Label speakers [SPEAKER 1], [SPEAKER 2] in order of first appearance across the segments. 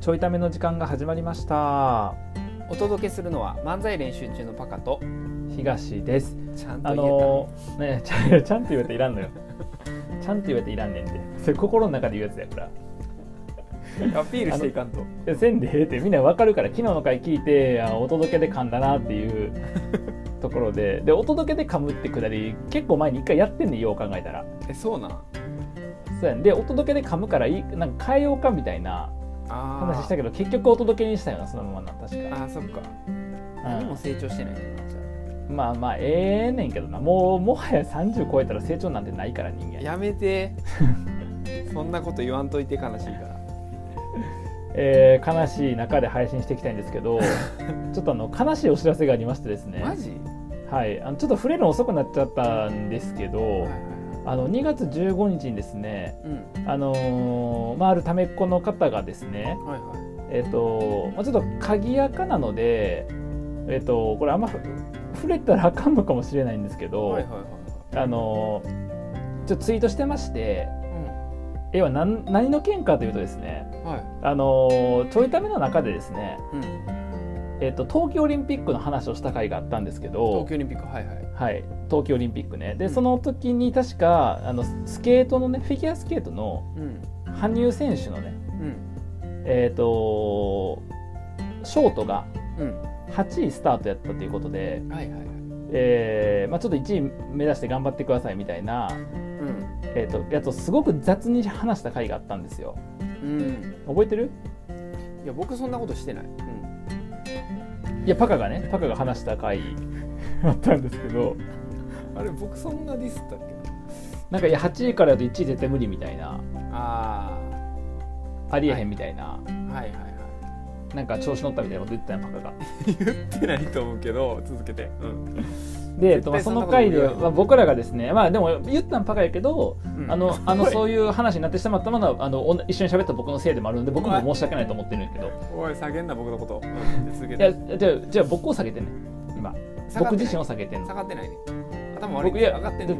[SPEAKER 1] ちょいための時間が始まりました
[SPEAKER 2] お届けするのは漫才練習中のパカと
[SPEAKER 1] 東です
[SPEAKER 2] ちゃんと
[SPEAKER 1] あ
[SPEAKER 2] 言えた、
[SPEAKER 1] のーねちゃんちゃんと言われていらんのよちゃんと言われていらんねんってそれ心の中で言うやつだよこれ
[SPEAKER 2] アピールしていかんと
[SPEAKER 1] でせんでええってみんなわかるから昨日の回聞いてあお届けで噛んだなっていうところででお届けで噛むってくだり結構前に一回やってんねんよう考えたら
[SPEAKER 2] えそうなん
[SPEAKER 1] そうやんでお届けで噛むからいいなんか変えようかみたいな
[SPEAKER 2] あー
[SPEAKER 1] 話したけど結局お届けにしたよなそのままな確か、
[SPEAKER 2] あーそっか
[SPEAKER 1] うん
[SPEAKER 2] 何も成長してないけどなじゃ
[SPEAKER 1] まあまあええねんけどなもうもはや30超えたら成長なんてないから人
[SPEAKER 2] あ
[SPEAKER 1] 間
[SPEAKER 2] やめて そんなこと言わんといて悲しいから
[SPEAKER 1] えー悲しい中で配信していきたいんですけ どちょっとあの悲しいお知らせがありましてですね
[SPEAKER 2] マジ
[SPEAKER 1] はいあのちょっと触れるの遅くなっちゃったんですけど、
[SPEAKER 2] はいはいは
[SPEAKER 1] あの2月15日にですね
[SPEAKER 2] いうん
[SPEAKER 1] あのーまああるためっ子の方がですね
[SPEAKER 2] はいはい
[SPEAKER 1] えっ、と、まあ、ちょっと鍵やかなのでえっ、とこれあんまふ触れたらあかんのかもしれないんですけど、
[SPEAKER 2] はいはいはい
[SPEAKER 1] あのーちょっとツイートしてまして
[SPEAKER 2] は
[SPEAKER 1] 要は何何の件かというとですね
[SPEAKER 2] いうんはい
[SPEAKER 1] あのーちょいための中でですね、
[SPEAKER 2] うん
[SPEAKER 1] えっと冬季オリンピックの話をした回があったんですけど
[SPEAKER 2] 東京オリンピックはいはい
[SPEAKER 1] はい、冬季オリンピックねでその時に確かあのスケートのねフィギュアスケートの
[SPEAKER 2] うん
[SPEAKER 1] 羽生選手のね
[SPEAKER 2] うん
[SPEAKER 1] えっ、とショートが
[SPEAKER 2] うん
[SPEAKER 1] 8位スタートやったということで、
[SPEAKER 2] はいはいはい
[SPEAKER 1] えーまあ、ちょっと1位目指して頑張ってくださいみたいな、
[SPEAKER 2] うん
[SPEAKER 1] えー、とやつをすごく雑に話した回があったんですよ
[SPEAKER 2] うん
[SPEAKER 1] 覚えてる
[SPEAKER 2] いや僕そんなことしてないうん
[SPEAKER 1] いやパカがねパカが話した回 あったんですけど
[SPEAKER 2] あれ僕そんなディスったっけ
[SPEAKER 1] なんかいや8位からだと1位絶対無理みたいな
[SPEAKER 2] あ
[SPEAKER 1] ありえへんみたいな、
[SPEAKER 2] あはいはいはい
[SPEAKER 1] なんか調子乗ったみたいなこと言ってたよパカが。
[SPEAKER 2] 言ってないと思うけど続けてうん、
[SPEAKER 1] で、えっ
[SPEAKER 2] 絶
[SPEAKER 1] とまあ、
[SPEAKER 2] 対
[SPEAKER 1] そ
[SPEAKER 2] そんな
[SPEAKER 1] の
[SPEAKER 2] こと
[SPEAKER 1] 回で、
[SPEAKER 2] 言うよ
[SPEAKER 1] まあ、僕らがですねまあでも言ったのパカやけど、あの あの
[SPEAKER 2] う
[SPEAKER 1] そういう話になってしまったものはあのおん一緒に喋った僕のせいでもあるんで僕も申し訳ないと思ってるんやけど
[SPEAKER 2] おい下げんな僕のこと、うん、続け
[SPEAKER 1] い
[SPEAKER 2] て
[SPEAKER 1] やじゃあじゃあ僕を下げてね今
[SPEAKER 2] 下が
[SPEAKER 1] 僕
[SPEAKER 2] ってない
[SPEAKER 1] 自身を下げてん
[SPEAKER 2] 下
[SPEAKER 1] の
[SPEAKER 2] がってないね頭悪い
[SPEAKER 1] 僕
[SPEAKER 2] け
[SPEAKER 1] い
[SPEAKER 2] ど
[SPEAKER 1] や
[SPEAKER 2] 上がってん
[SPEAKER 1] で
[SPEAKER 2] ね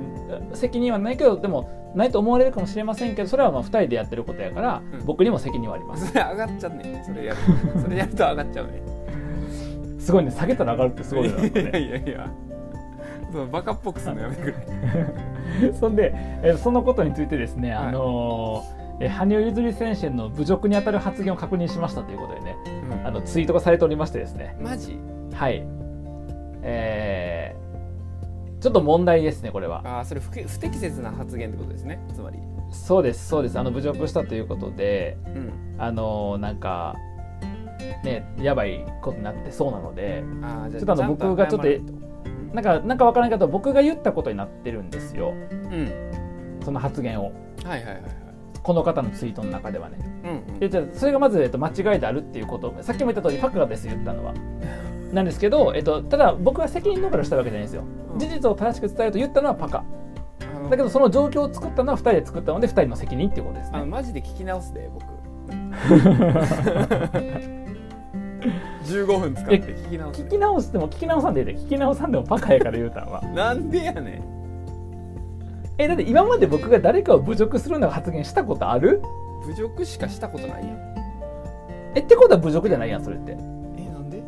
[SPEAKER 1] 責任はないけどでもないと思われるかもしれませんけどそれはまあ2人でやってることやから、
[SPEAKER 2] うん
[SPEAKER 1] 僕にも責任はあります
[SPEAKER 2] それ上がっちゃうねそれやるそれやると上がっちゃうね
[SPEAKER 1] すごいね下げたら上がるってすごいよねなんか
[SPEAKER 2] いや
[SPEAKER 1] ね
[SPEAKER 2] いやいやそのバカっぽくするのやめてくれ
[SPEAKER 1] そんで、えーそのことについてですね、
[SPEAKER 2] はい
[SPEAKER 1] あのーえー羽生結弦選手の侮辱にあたる発言を確認しましたということでねあのツイートがされておりましてですね
[SPEAKER 2] マジ
[SPEAKER 1] はいえーちょっと問題ですねこれは
[SPEAKER 2] ああそれ不け不適切な発言ってことですねつまり
[SPEAKER 1] そうですそうですあの侮辱したということで
[SPEAKER 2] うん
[SPEAKER 1] あのーなんかねやばいことになってそうなので
[SPEAKER 2] ああじゃ
[SPEAKER 1] ちょっとあの
[SPEAKER 2] ちゃん
[SPEAKER 1] 僕がちょっと
[SPEAKER 2] 謝らない
[SPEAKER 1] なんかなんかわからないけど僕が言ったことになってるんですよ
[SPEAKER 2] うん
[SPEAKER 1] その発言を
[SPEAKER 2] はいはいはいはい
[SPEAKER 1] この方のツイートの中ではね
[SPEAKER 2] うんうん
[SPEAKER 1] でじゃあそれがまず、えっと、間違いであるっていうことさっきも言った通りパクラです言ったのはなんですけど、えっと、ただ僕は責任逃れをしたわけじゃないんですよ
[SPEAKER 2] うん
[SPEAKER 1] 事実を正しく伝えると言ったのはパカ
[SPEAKER 2] あの
[SPEAKER 1] だけどその状況を作ったのは2人で作ったので2人の責任っていうことです
[SPEAKER 2] あの
[SPEAKER 1] ね
[SPEAKER 2] マジで聞き直すで 僕15分使って聞き直す
[SPEAKER 1] 聞
[SPEAKER 2] で
[SPEAKER 1] き直しても聞き直さんでええで聞き直さんでもパカやから言うたんは
[SPEAKER 2] なんでやねん
[SPEAKER 1] えだって今まで僕が誰かを侮辱するような発言したことある
[SPEAKER 2] 侮辱しかしたことないやん
[SPEAKER 1] えってことは侮辱じゃないやんそれって
[SPEAKER 2] えなんで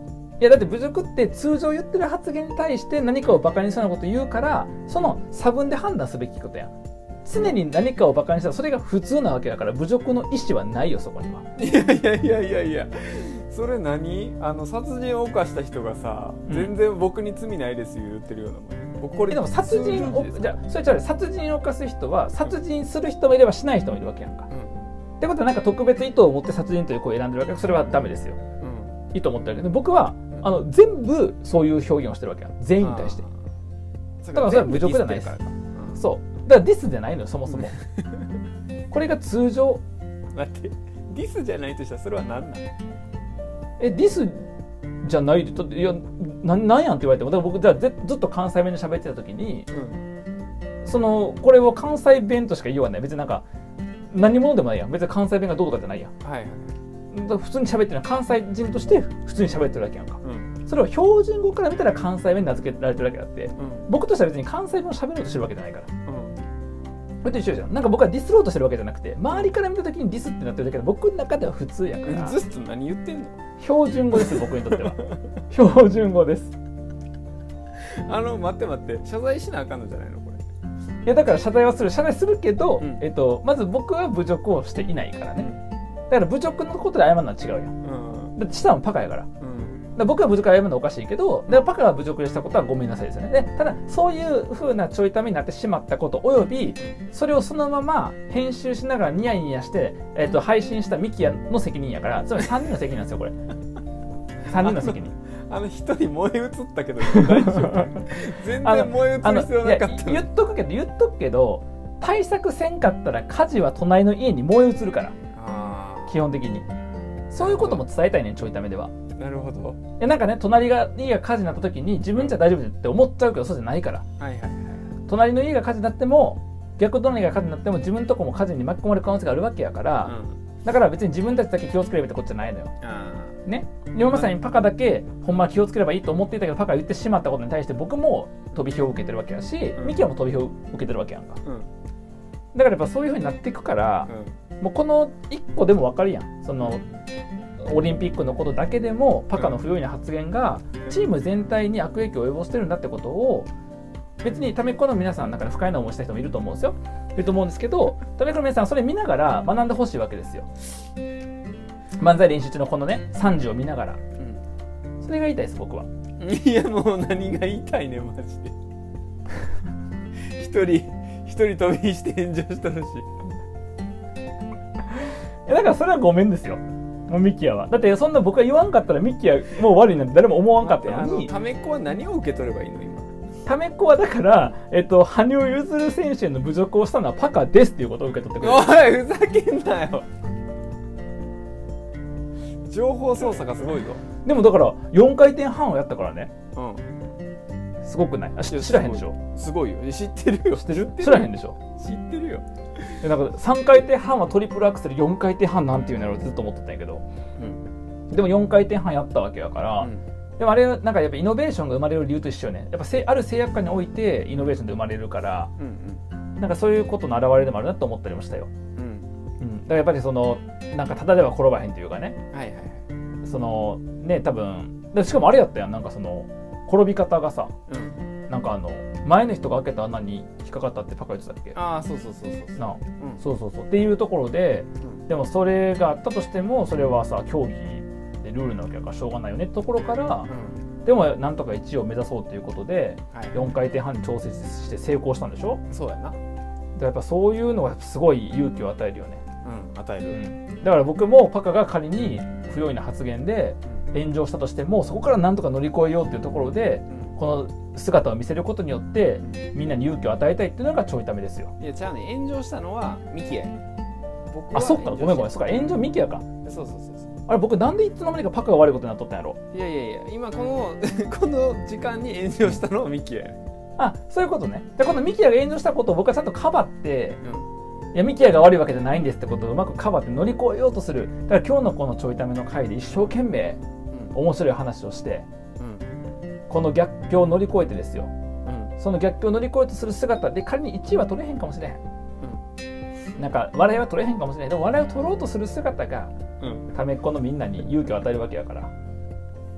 [SPEAKER 1] いやだって侮辱って通常言ってる発言に対して何かをバカにするようなこと言うからその差分で判断すべきことやん常に何かをバカにしたらそれが普通なわけだから侮辱の意思はないよそこにはい
[SPEAKER 2] やいやいやいやいやそれ何あの殺人を犯した人がさ、
[SPEAKER 1] うん
[SPEAKER 2] 全然僕に罪ないですよ言ってるようなもんや僕こ
[SPEAKER 1] え
[SPEAKER 2] れ
[SPEAKER 1] でも殺人を
[SPEAKER 2] 通常時です
[SPEAKER 1] じゃあそれじゃあ殺人を犯す人は殺人する人もいればしない人もいるわけやんかってことはなんか特別意図を持って殺人という子を選んでるわけそれはダメですよ
[SPEAKER 2] うんうん
[SPEAKER 1] いいと思ってるけど僕はあの全部そういう表現をしてるわけやん全員に対して
[SPEAKER 2] あー
[SPEAKER 1] だからそれは侮辱じゃないです
[SPEAKER 2] 全部ディスってるからか
[SPEAKER 1] そうだからディスじゃないのよそも そもこれが通常
[SPEAKER 2] うん待ってディスじゃないとしたらそれは何なの
[SPEAKER 1] えディスじゃないでといやななんやんって言われてもだから僕じゃあぜずっと関西弁で喋ってた時にそのこれを関西弁としか言わない別になんか何者でもないやん別に関西弁がどうとかじゃないやんだ
[SPEAKER 2] はいはい
[SPEAKER 1] から普通に喋ってるのは関西人として普通に喋ってるだけやんか
[SPEAKER 2] うん
[SPEAKER 1] それを標準語から見たら関西弁に名付けられてるだけだって
[SPEAKER 2] うん
[SPEAKER 1] 僕としては別に関西弁を喋ろうとしてるわけじゃないから
[SPEAKER 2] うん
[SPEAKER 1] それと一緒じゃんなんか僕はディスろうとしてるわけじゃなくて周りから見た時にディスってなってるだけで僕の中では普通やから
[SPEAKER 2] ずっと何言ってんの
[SPEAKER 1] 標準語です僕にとっては標準語です
[SPEAKER 2] あの待って待って謝罪しなあかんのじゃないのこれ
[SPEAKER 1] いやだから謝罪はする謝罪するけど、
[SPEAKER 2] うん
[SPEAKER 1] えっと、まず僕は侮辱をしていないからねだから侮辱のことで謝るのは違うやん
[SPEAKER 2] うん
[SPEAKER 1] だってしたもパカやからだか
[SPEAKER 2] うん
[SPEAKER 1] ら僕は侮辱を謝るのはおかしいけどだからパカが侮辱したことはごめんなさいですよねでただそういうふうなちょいためになってしまったことおよびそれをそのまま編集しながらニヤニヤして、えっと、配信したミキヤの責任やからつまり3人の責任なんですよこ れ3人の責任
[SPEAKER 2] あの一人燃え移ったけど大丈 夫全
[SPEAKER 1] あの
[SPEAKER 2] 然燃え移る必要なかっ
[SPEAKER 1] いや
[SPEAKER 2] たの
[SPEAKER 1] 言っとくけど言っとくけど対策せんかったら火事は隣の家に燃え移るから
[SPEAKER 2] あ
[SPEAKER 1] 基本的にそういうことも伝えたいねんちょいためでは
[SPEAKER 2] ーなるほどはい
[SPEAKER 1] やなんかね隣が家が火事になった時に自分じゃ大丈夫だって思っちゃうけどそうじゃないから
[SPEAKER 2] いはいはい
[SPEAKER 1] 隣の家が火事になっても逆隣が火事になっても自分とこも火事に巻き込まれる可能性があるわけやから、
[SPEAKER 2] ん
[SPEAKER 1] だから別に自分たちだけ気をつければってことじゃないのよ
[SPEAKER 2] あ
[SPEAKER 1] ね今まさにパカだけほんまは気をつければいいと思っていたけどパカが言ってしまったことに対して僕も飛び火を受けてるわけやし、
[SPEAKER 2] ん
[SPEAKER 1] ミキはもう飛び火を受けてるわけやんか
[SPEAKER 2] ーうん
[SPEAKER 1] だからやっぱそういうふうになっていくから、
[SPEAKER 2] う
[SPEAKER 1] もうこの1個でも分かるやんそのオリンピックのことだけでもパカの不用意な発言がチーム全体に悪影響を及ぼしてるんだってことを別にためっ子の皆さんの中で不快な思いした人もいると思うんですよいると思うんですけどためっ子の皆さんはそれ見ながら学んでほしいわけですよ漫才練習中のこのね惨事を見ながら
[SPEAKER 2] ん
[SPEAKER 1] それが言いたいです僕は
[SPEAKER 2] うんいやもう何が言いたいねマジで一人一人飛び火して炎上したらし
[SPEAKER 1] いやだからそれはごめんですよもうミキヤはだってそんな僕が言わんかったらミキヤもう悪いなんて誰も思わんかったのに
[SPEAKER 2] あためっ子は何を受け取ればいいの今
[SPEAKER 1] ためっ子はだから、えっと、羽生結弦選手への侮辱をしたのはパカですっていうことを受け取ってくれる
[SPEAKER 2] おいふざけんなよ情報操作がすごいぞ
[SPEAKER 1] でもだから4回転半をやったからね
[SPEAKER 2] う
[SPEAKER 1] すごくないあ
[SPEAKER 2] い
[SPEAKER 1] し
[SPEAKER 2] や
[SPEAKER 1] 知らへんでしょ
[SPEAKER 2] んすごいよ知ってるよ
[SPEAKER 1] 知ってる
[SPEAKER 2] 知
[SPEAKER 1] 知らへんでしょ
[SPEAKER 2] 知ってるよ、
[SPEAKER 1] でなんか3回転半はトリプルアクセル4回転半なんていうんだろうってずっと思ってたんやけど
[SPEAKER 2] うん
[SPEAKER 1] でも4回転半やったわけやから、
[SPEAKER 2] うん
[SPEAKER 1] でもあれはなんかやっぱイノベーションが生まれる理由と一緒よねやっぱせある制約下においてイノベーションって生まれるから
[SPEAKER 2] うん
[SPEAKER 1] なんかそういうことの表れでもあるなと思ったりもしたよ、
[SPEAKER 2] うん
[SPEAKER 1] うん、だからやっぱりそのなんかただでは転ばへんというかね
[SPEAKER 2] うんはいはいはい
[SPEAKER 1] そのね多分でしかもあれやったやんなんかその転び方がさ
[SPEAKER 2] うん
[SPEAKER 1] なんかあの前の人が開けた穴に引っかかったってパカ言ってたっけ
[SPEAKER 2] ああそうそうそうそうそう
[SPEAKER 1] なあ
[SPEAKER 2] うん
[SPEAKER 1] そうそうそうっていうところで
[SPEAKER 2] うん
[SPEAKER 1] でもそれがあったとしてもそれはさ競技でルールなわけだからしょうがないよねってところから
[SPEAKER 2] うん
[SPEAKER 1] でもなんとか1を目指そうということで
[SPEAKER 2] は
[SPEAKER 1] 4回転半に調節して成功したんでしょ
[SPEAKER 2] いそうやな
[SPEAKER 1] だからやっぱそういうのがすごい勇気を与えるよね、
[SPEAKER 2] うん与え
[SPEAKER 1] う
[SPEAKER 2] る
[SPEAKER 1] ん、だから僕もパカが仮に不用意な発言で炎上したとしてもそこからなんとか乗り越えようっていうところで
[SPEAKER 2] うん
[SPEAKER 1] この姿を見せることによってみんなに勇気を与えたいっていうのがちょいためですよ
[SPEAKER 2] いやじゃあね炎上したのはミキや僕は
[SPEAKER 1] あそっかごめんごめんそっか炎上ミキやか
[SPEAKER 2] 上そうそうそうそう
[SPEAKER 1] あれ僕なんでいつの間にかパカが悪いことになっとったんやろ
[SPEAKER 2] いやいやいや今この この時間に炎上したのはミキや
[SPEAKER 1] あそういうことねでこのミキヤが炎上したことを僕はちゃんとかばって
[SPEAKER 2] うん
[SPEAKER 1] いやミキヤが悪いわけじゃないんですってことをうまくかばって乗り越えようとするだから今日のこのちょいための回で一生懸命
[SPEAKER 2] うん
[SPEAKER 1] 面白い話をして
[SPEAKER 2] うん
[SPEAKER 1] この逆境を乗り越えてですよ
[SPEAKER 2] うん
[SPEAKER 1] その逆境を乗り越えとする姿で仮に1位は取れへんかもしれへん、なんか笑いは取れへんかもしれへんでも笑いを取ろうとする姿が
[SPEAKER 2] うん、
[SPEAKER 1] ためっ子のみんなに勇気を与えるわけやから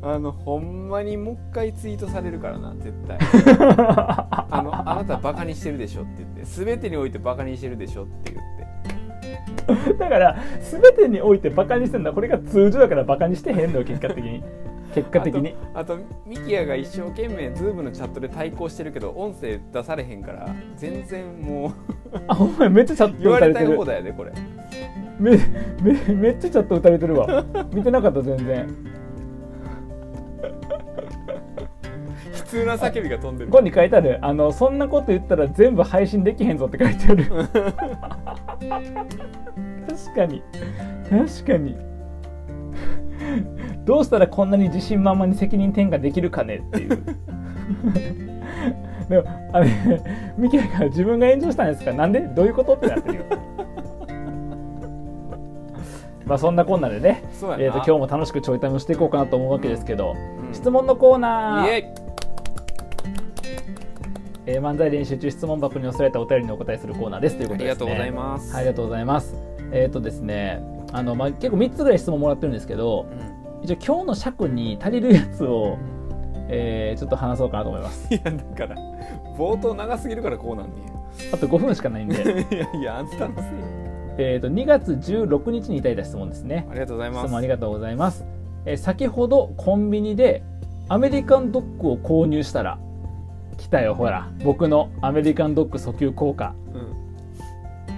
[SPEAKER 2] あのほんまにもう一回ツイートされるからな絶 対あのあなたバカにしてるでしょって言って全てにおいてバカにしてるでしょって言って
[SPEAKER 1] だから全てにおいてバカにしてるのはこれが通常だからバカにしてへんのよ結果的に結果的に
[SPEAKER 2] あとあとミキヤが一生懸命ズームのチャットで対抗してるけど音声出されへんから全然 も
[SPEAKER 1] あほんまやめっちゃチャッ
[SPEAKER 2] う
[SPEAKER 1] ト
[SPEAKER 2] 言
[SPEAKER 1] 打
[SPEAKER 2] わ
[SPEAKER 1] た
[SPEAKER 2] れ
[SPEAKER 1] れ
[SPEAKER 2] た
[SPEAKER 1] て
[SPEAKER 2] い
[SPEAKER 1] る
[SPEAKER 2] 方だよねこれ
[SPEAKER 1] めめめっちゃチャット打たれてるわ見てなかった全然
[SPEAKER 2] 悲痛な叫びが飛んで
[SPEAKER 1] ここ
[SPEAKER 2] る
[SPEAKER 1] に書いてあるあの「そんなこと言ったら全部配信できへんぞ」って書いてある確かに確かにどうしたらこんなに自信満々に責任転嫁できるかねっていうでもあれミキヤが自分が炎上したんですかなんでどういうことってなってるよまあそんなこんなでね
[SPEAKER 2] そうやな
[SPEAKER 1] えー、と今日も楽しくちょいタイムをしていこうかなと思うわけですけど、
[SPEAKER 2] うん
[SPEAKER 1] 質問のコーナー、
[SPEAKER 2] イエイ
[SPEAKER 1] えー漫才練習中質問箱に寄せられたお便りにお答えするコーナーですという
[SPEAKER 2] あ
[SPEAKER 1] こと
[SPEAKER 2] り
[SPEAKER 1] で
[SPEAKER 2] が
[SPEAKER 1] す、
[SPEAKER 2] とう
[SPEAKER 1] ね、
[SPEAKER 2] ございます。
[SPEAKER 1] ありがとうございますえっ、とですねあの、まあ、結構3つぐらい質問もらってるんですけど
[SPEAKER 2] うん
[SPEAKER 1] 一応今日の尺に足りるやつを、えーちょっと話そうかなと思います
[SPEAKER 2] いやだから冒頭長すぎるからこうなんね
[SPEAKER 1] あと5分しかないん で
[SPEAKER 2] んいやいやあんたのせい
[SPEAKER 1] えーと2月16日にいただいた質問ですね
[SPEAKER 2] ありがとうございま
[SPEAKER 1] 質
[SPEAKER 2] す
[SPEAKER 1] 問ありがとうございます、えー先ほどコンビニでアメリカンドッグを購入したら来たよほら僕のアメリカンドッグ訴求効果
[SPEAKER 2] う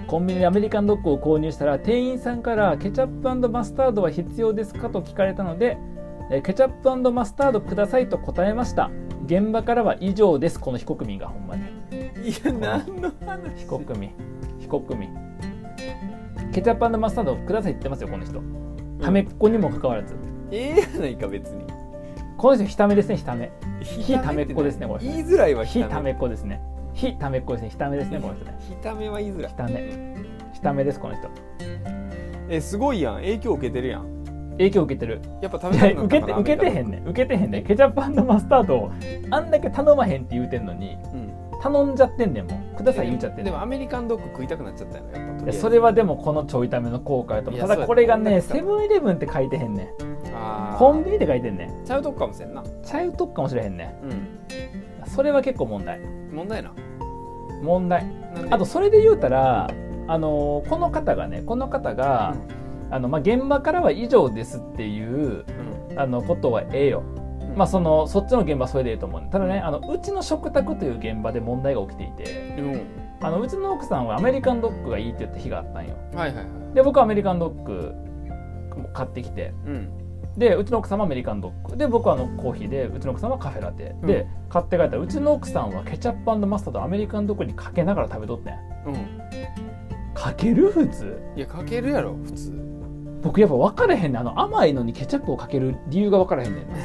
[SPEAKER 2] ん
[SPEAKER 1] コンビニでアメリカンドッグを購入したら店員さんからケチャップマスタードは必要ですかと聞かれたのでえーケチャップマスタードくださいと答えました現場からは以上ですこの非国民がほんまに
[SPEAKER 2] いや何の話
[SPEAKER 1] 非国民非国民ケチャップマスタードくださいって言ってますよこの人ためっこにもかかわらず
[SPEAKER 2] ええやないか別に
[SPEAKER 1] この人ひためですねひため
[SPEAKER 2] ひ
[SPEAKER 1] ためっこですねこれ
[SPEAKER 2] 言いづらいは
[SPEAKER 1] ひためっこですねひためっこですねひためですねこの人ね
[SPEAKER 2] ひためは言いづらい
[SPEAKER 1] ひためひためですこの人
[SPEAKER 2] えすごいやん影響受けてるやん
[SPEAKER 1] 影響受けてる
[SPEAKER 2] やっぱ食
[SPEAKER 1] い
[SPEAKER 2] べ
[SPEAKER 1] や
[SPEAKER 2] たくなっ
[SPEAKER 1] 受
[SPEAKER 2] た
[SPEAKER 1] け
[SPEAKER 2] か
[SPEAKER 1] て
[SPEAKER 2] な
[SPEAKER 1] 受けてへんねん受けてへんねんケチャップマスタードをあんだけ頼まへんって言うてんのに
[SPEAKER 2] うん
[SPEAKER 1] 頼んじゃってんねんもんください言うちゃってんね
[SPEAKER 2] で
[SPEAKER 1] ん
[SPEAKER 2] もアメリカンドッグ食いたくなっちゃったよやっぱと
[SPEAKER 1] い
[SPEAKER 2] りあ
[SPEAKER 1] や
[SPEAKER 2] えず
[SPEAKER 1] それはでもこのちょいための効果やと思う
[SPEAKER 2] い
[SPEAKER 1] た
[SPEAKER 2] やそう
[SPEAKER 1] だ
[SPEAKER 2] や
[SPEAKER 1] これが
[SPEAKER 2] こん
[SPEAKER 1] ね
[SPEAKER 2] だけ食べ
[SPEAKER 1] セブンイレブンって書いてへんねん
[SPEAKER 2] あー
[SPEAKER 1] コンビニで書いてんねん
[SPEAKER 2] ちゃうとこかもしれんな
[SPEAKER 1] ちゃうとっかもしれへんね
[SPEAKER 2] うん
[SPEAKER 1] んそれは結構問題
[SPEAKER 2] 問題な
[SPEAKER 1] 問題
[SPEAKER 2] なんで
[SPEAKER 1] あとそれで言うたらあのこの方がねこの方が、あのまあ、現場からは以上ですっていう
[SPEAKER 2] うん
[SPEAKER 1] あのことはええよ、
[SPEAKER 2] うん
[SPEAKER 1] まあ、そのそっちの現場はそれでいいと思うただねあのうちの食卓という現場で問題が起きていて
[SPEAKER 2] うん
[SPEAKER 1] あのうちの奥さんはアメリカンドッグがいいって言った日があったんよ
[SPEAKER 2] はいはいはい
[SPEAKER 1] で僕はアメリカンドッグも買ってきて
[SPEAKER 2] うん
[SPEAKER 1] でうちの奥さんはアメリカンドッグで僕はあのコーヒーでうちの奥さんはカフェラテで、
[SPEAKER 2] う
[SPEAKER 1] 買って帰ったらうちの奥さんはケチャップマスタードアメリカンドッグにかけながら食べとってん
[SPEAKER 2] うん
[SPEAKER 1] かける普通
[SPEAKER 2] いやかけるやろ普通
[SPEAKER 1] 僕やっぱ分からへんねんあの甘いのにケチャップをかける理由が分からへ んねんな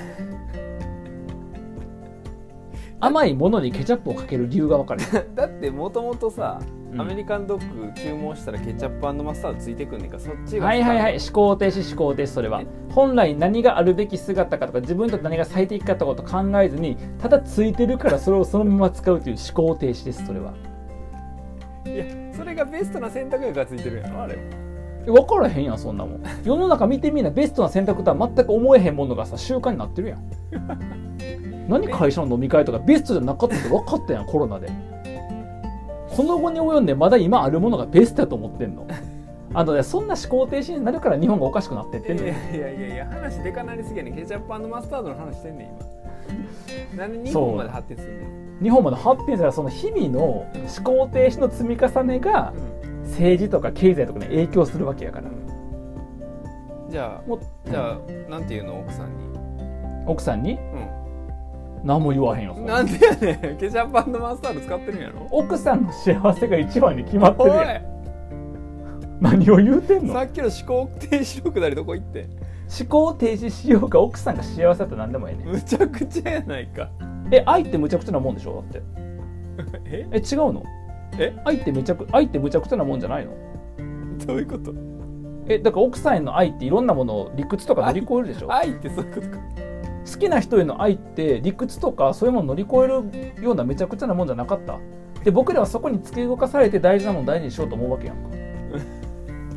[SPEAKER 1] 甘いものにケチャップをかける理由が分からへん
[SPEAKER 2] だってもともとさ、
[SPEAKER 1] うん
[SPEAKER 2] アメリカンドッグ注文したらケチャップマスタードついてくんねんからそっちが
[SPEAKER 1] はいはいはい
[SPEAKER 2] い
[SPEAKER 1] 思考停止思考停止それは本来何があるべき姿かとか自分にとって何が最適かとかこと考えずにただついてるからそれをそのまま使うという思考停止ですそれはい
[SPEAKER 2] やそれがベストな選択やからついてるやろあれ
[SPEAKER 1] え分からへんやんそんなもん世の中見てみんなベストな選択とは全く思えへんものがさ習慣になってるやん 何会社の飲み会とかベストじゃなかったって分かったやんコロナでこの後に及んでまだ今あるものがベストやと思ってんのあのねそんな思考停止になるから日本がおかしくなってってんねん
[SPEAKER 2] いやいやいや話でかなりすぎやねんケチャップマスタードの話してんねん今なんで日本まで発展するねん
[SPEAKER 1] 日本まで発展したらその日々の思考停止の積み重ねが
[SPEAKER 2] うん
[SPEAKER 1] 政治とか経済とかに影響するわけやから
[SPEAKER 2] じゃ
[SPEAKER 1] もう
[SPEAKER 2] あじゃあなんていうの奥さんに
[SPEAKER 1] 奥さんに
[SPEAKER 2] う
[SPEAKER 1] 何も言わへんよそ
[SPEAKER 2] ん
[SPEAKER 1] んな
[SPEAKER 2] なんでやねんケチャップマスタード使ってるんやろ
[SPEAKER 1] 奥さんの幸せが一番に決まってる
[SPEAKER 2] おい
[SPEAKER 1] やん何を言うてんの
[SPEAKER 2] さっきの思考停止のくだりどこ行って
[SPEAKER 1] 思考停止しようか奥さんが幸せだったら何でもええね
[SPEAKER 2] むちゃくちゃやないか
[SPEAKER 1] んえ愛ってむちゃくちゃなもんでしょだって
[SPEAKER 2] え
[SPEAKER 1] え違うの
[SPEAKER 2] え
[SPEAKER 1] 愛ってめちゃく愛ってむちゃくちゃなもんじゃないの
[SPEAKER 2] どういうこと
[SPEAKER 1] えだから奥さんへの愛っていろんなものを理屈とか乗り越えるでしょ
[SPEAKER 2] 愛ってそういうことか
[SPEAKER 1] 好きな人への愛って理屈とかそういうもの乗り越えるようなめちゃくちゃなもんじゃなかったで僕らはそこに突き動かされて大事なものを大事にしようと思うわけやんか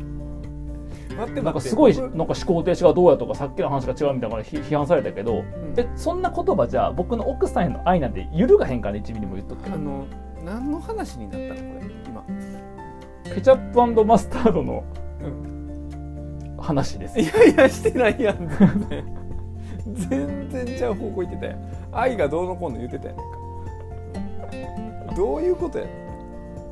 [SPEAKER 2] 待って
[SPEAKER 1] なん
[SPEAKER 2] 待
[SPEAKER 1] か
[SPEAKER 2] って
[SPEAKER 1] すごいなん
[SPEAKER 2] 僕
[SPEAKER 1] か思考停止がどうやとかさっきの話が違うみたいなのから批批判されたけど、
[SPEAKER 2] ん
[SPEAKER 1] えそんな言葉じゃ僕の奥さんへの愛なんて揺るがへんから1ミリも言っとくけど
[SPEAKER 2] あの何の話になったのこれ今
[SPEAKER 1] ケチャップマスタードの
[SPEAKER 2] う
[SPEAKER 1] 話です。
[SPEAKER 2] いやいやしてないやん全然全然ちゃう方向行ってたやん愛がどうのこうの言ってたやんかどういうことや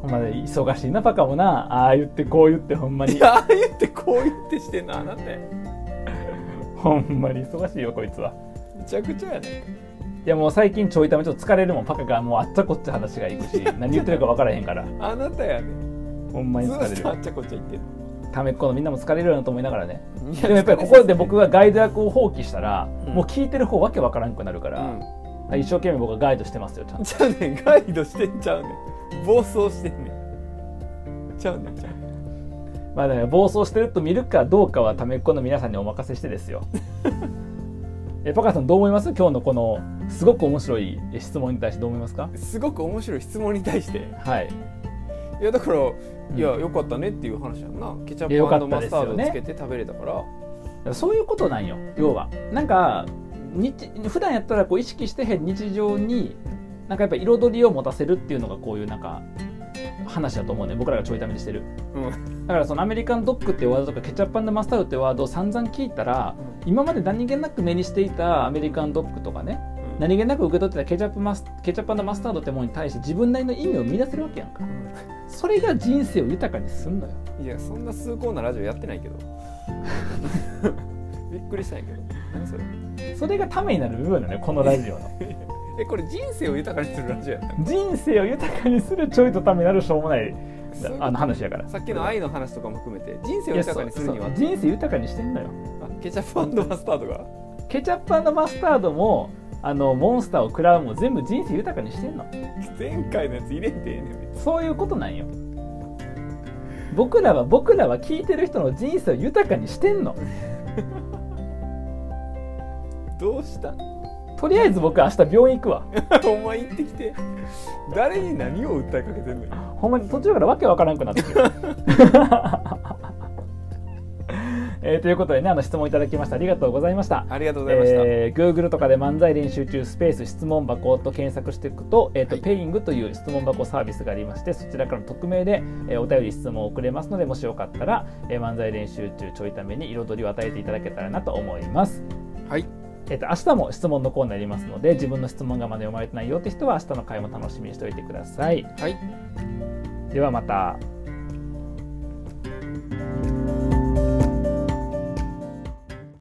[SPEAKER 1] ほんまで忙しいなバカもなああ言ってこう言ってほんま
[SPEAKER 2] い
[SPEAKER 1] に
[SPEAKER 2] やああ言ってこう言ってしてんのあなたやん
[SPEAKER 1] ほんまに忙しいよこいつは。
[SPEAKER 2] むちゃくちゃやね
[SPEAKER 1] いやもう最近ちょいためちょっと疲れるもんパカがもうあっちゃこっちゃ話がいくし何言ってるか分からへんから
[SPEAKER 2] んあなたやねん
[SPEAKER 1] ほんまに
[SPEAKER 2] ず
[SPEAKER 1] 疲
[SPEAKER 2] ーっとあ
[SPEAKER 1] れ
[SPEAKER 2] っ
[SPEAKER 1] る
[SPEAKER 2] ちゃこっちゃ言ってん
[SPEAKER 1] ためっこのみんなも疲れるよなと思いながらね
[SPEAKER 2] の
[SPEAKER 1] でもやっぱりここで僕がガイド役を放棄したら、
[SPEAKER 2] うん
[SPEAKER 1] もう聞いてる方わけわからんくなるか
[SPEAKER 2] う
[SPEAKER 1] ら、
[SPEAKER 2] ん
[SPEAKER 1] 一生懸命僕はガイドしてますよちゃんと
[SPEAKER 2] ちゃうねんガイドしてんちゃうねん暴走してんねんちゃうねんちゃうねん
[SPEAKER 1] まあだから暴走してると見るかどうかはためっこの皆さんにお任せしてですよ。いえパカさんどう思います今日のこのすごく面白いえ質問に対してどう思いますか
[SPEAKER 2] すごく面白い質問に対して
[SPEAKER 1] はい
[SPEAKER 2] いやだからいや
[SPEAKER 1] うん
[SPEAKER 2] よかったねっていう話やんなケチャ
[SPEAKER 1] いやよか
[SPEAKER 2] ッ
[SPEAKER 1] っ
[SPEAKER 2] プ
[SPEAKER 1] た
[SPEAKER 2] マスタードを
[SPEAKER 1] です
[SPEAKER 2] つ
[SPEAKER 1] よね
[SPEAKER 2] けて食べれたから
[SPEAKER 1] そういうことなんよ要はなんか日普段やったらこう意識してへん日常になんかやっぱ彩りを持たせるっていうのがこういうなんか話だと思うね僕らがちょいためにしてる
[SPEAKER 2] うん
[SPEAKER 1] だからそのアメリカンドッグっていうワードとかケチャップマスタードってワードを散々聞いたら今まで何気なく目にしていたアメリカンドッグとかね何気なく受け取ってたケチャップマスケチャップマスタードってものに対して自分なりの意味を見出せるわけやんかそれが人生を豊かにすんのよ
[SPEAKER 2] いやそんな崇高なラジオやってないけど びっくりしたんやけど何それ
[SPEAKER 1] それがためになる部分なのよこのラジオの
[SPEAKER 2] えこれ人生を豊かにするラジオやったの
[SPEAKER 1] 人生を豊かにするちょいとためになるしょうもない
[SPEAKER 2] そういうこと
[SPEAKER 1] あの話やから
[SPEAKER 2] さっきの愛の話とかも含めて人生を
[SPEAKER 1] いや
[SPEAKER 2] 豊
[SPEAKER 1] そ
[SPEAKER 2] か
[SPEAKER 1] う
[SPEAKER 2] にする
[SPEAKER 1] そう
[SPEAKER 2] には
[SPEAKER 1] 人生豊かにしてんのよ
[SPEAKER 2] あケチャップマスタードが
[SPEAKER 1] ケチャップマスタードもあのモンスターを食らうも全部人生豊かにしてんの
[SPEAKER 2] 前回のやつ入れてええねん別に
[SPEAKER 1] そういうことなんよ僕らは僕らは聞いてる人の人生を豊かにしてんの
[SPEAKER 2] どうしたん
[SPEAKER 1] とりあえず僕明日病院行くわ
[SPEAKER 2] お前行ってきて誰に何を訴えかけてんのよ
[SPEAKER 1] ほんまに途中からわけわからんくなってく る。えーということでねあの質問いただきましたありがとうございました。
[SPEAKER 2] ありがとうございました、
[SPEAKER 1] えー、Google とかで漫才練習中スペース質問箱と検索していくと,、えーと
[SPEAKER 2] はい
[SPEAKER 1] ペイングという質問箱サービスがありましてそちらからの匿名で、えーお便り質問を送れますのでもしよかったら、えー漫才練習中ちょいために彩りを与えていただけたらなと思います。
[SPEAKER 2] はい
[SPEAKER 1] えっと明日も質問のコーナーありますので自分の質問がまだ読まれてないよって人は明日の回も楽しみにしておいてください。
[SPEAKER 2] はい
[SPEAKER 1] ではまた。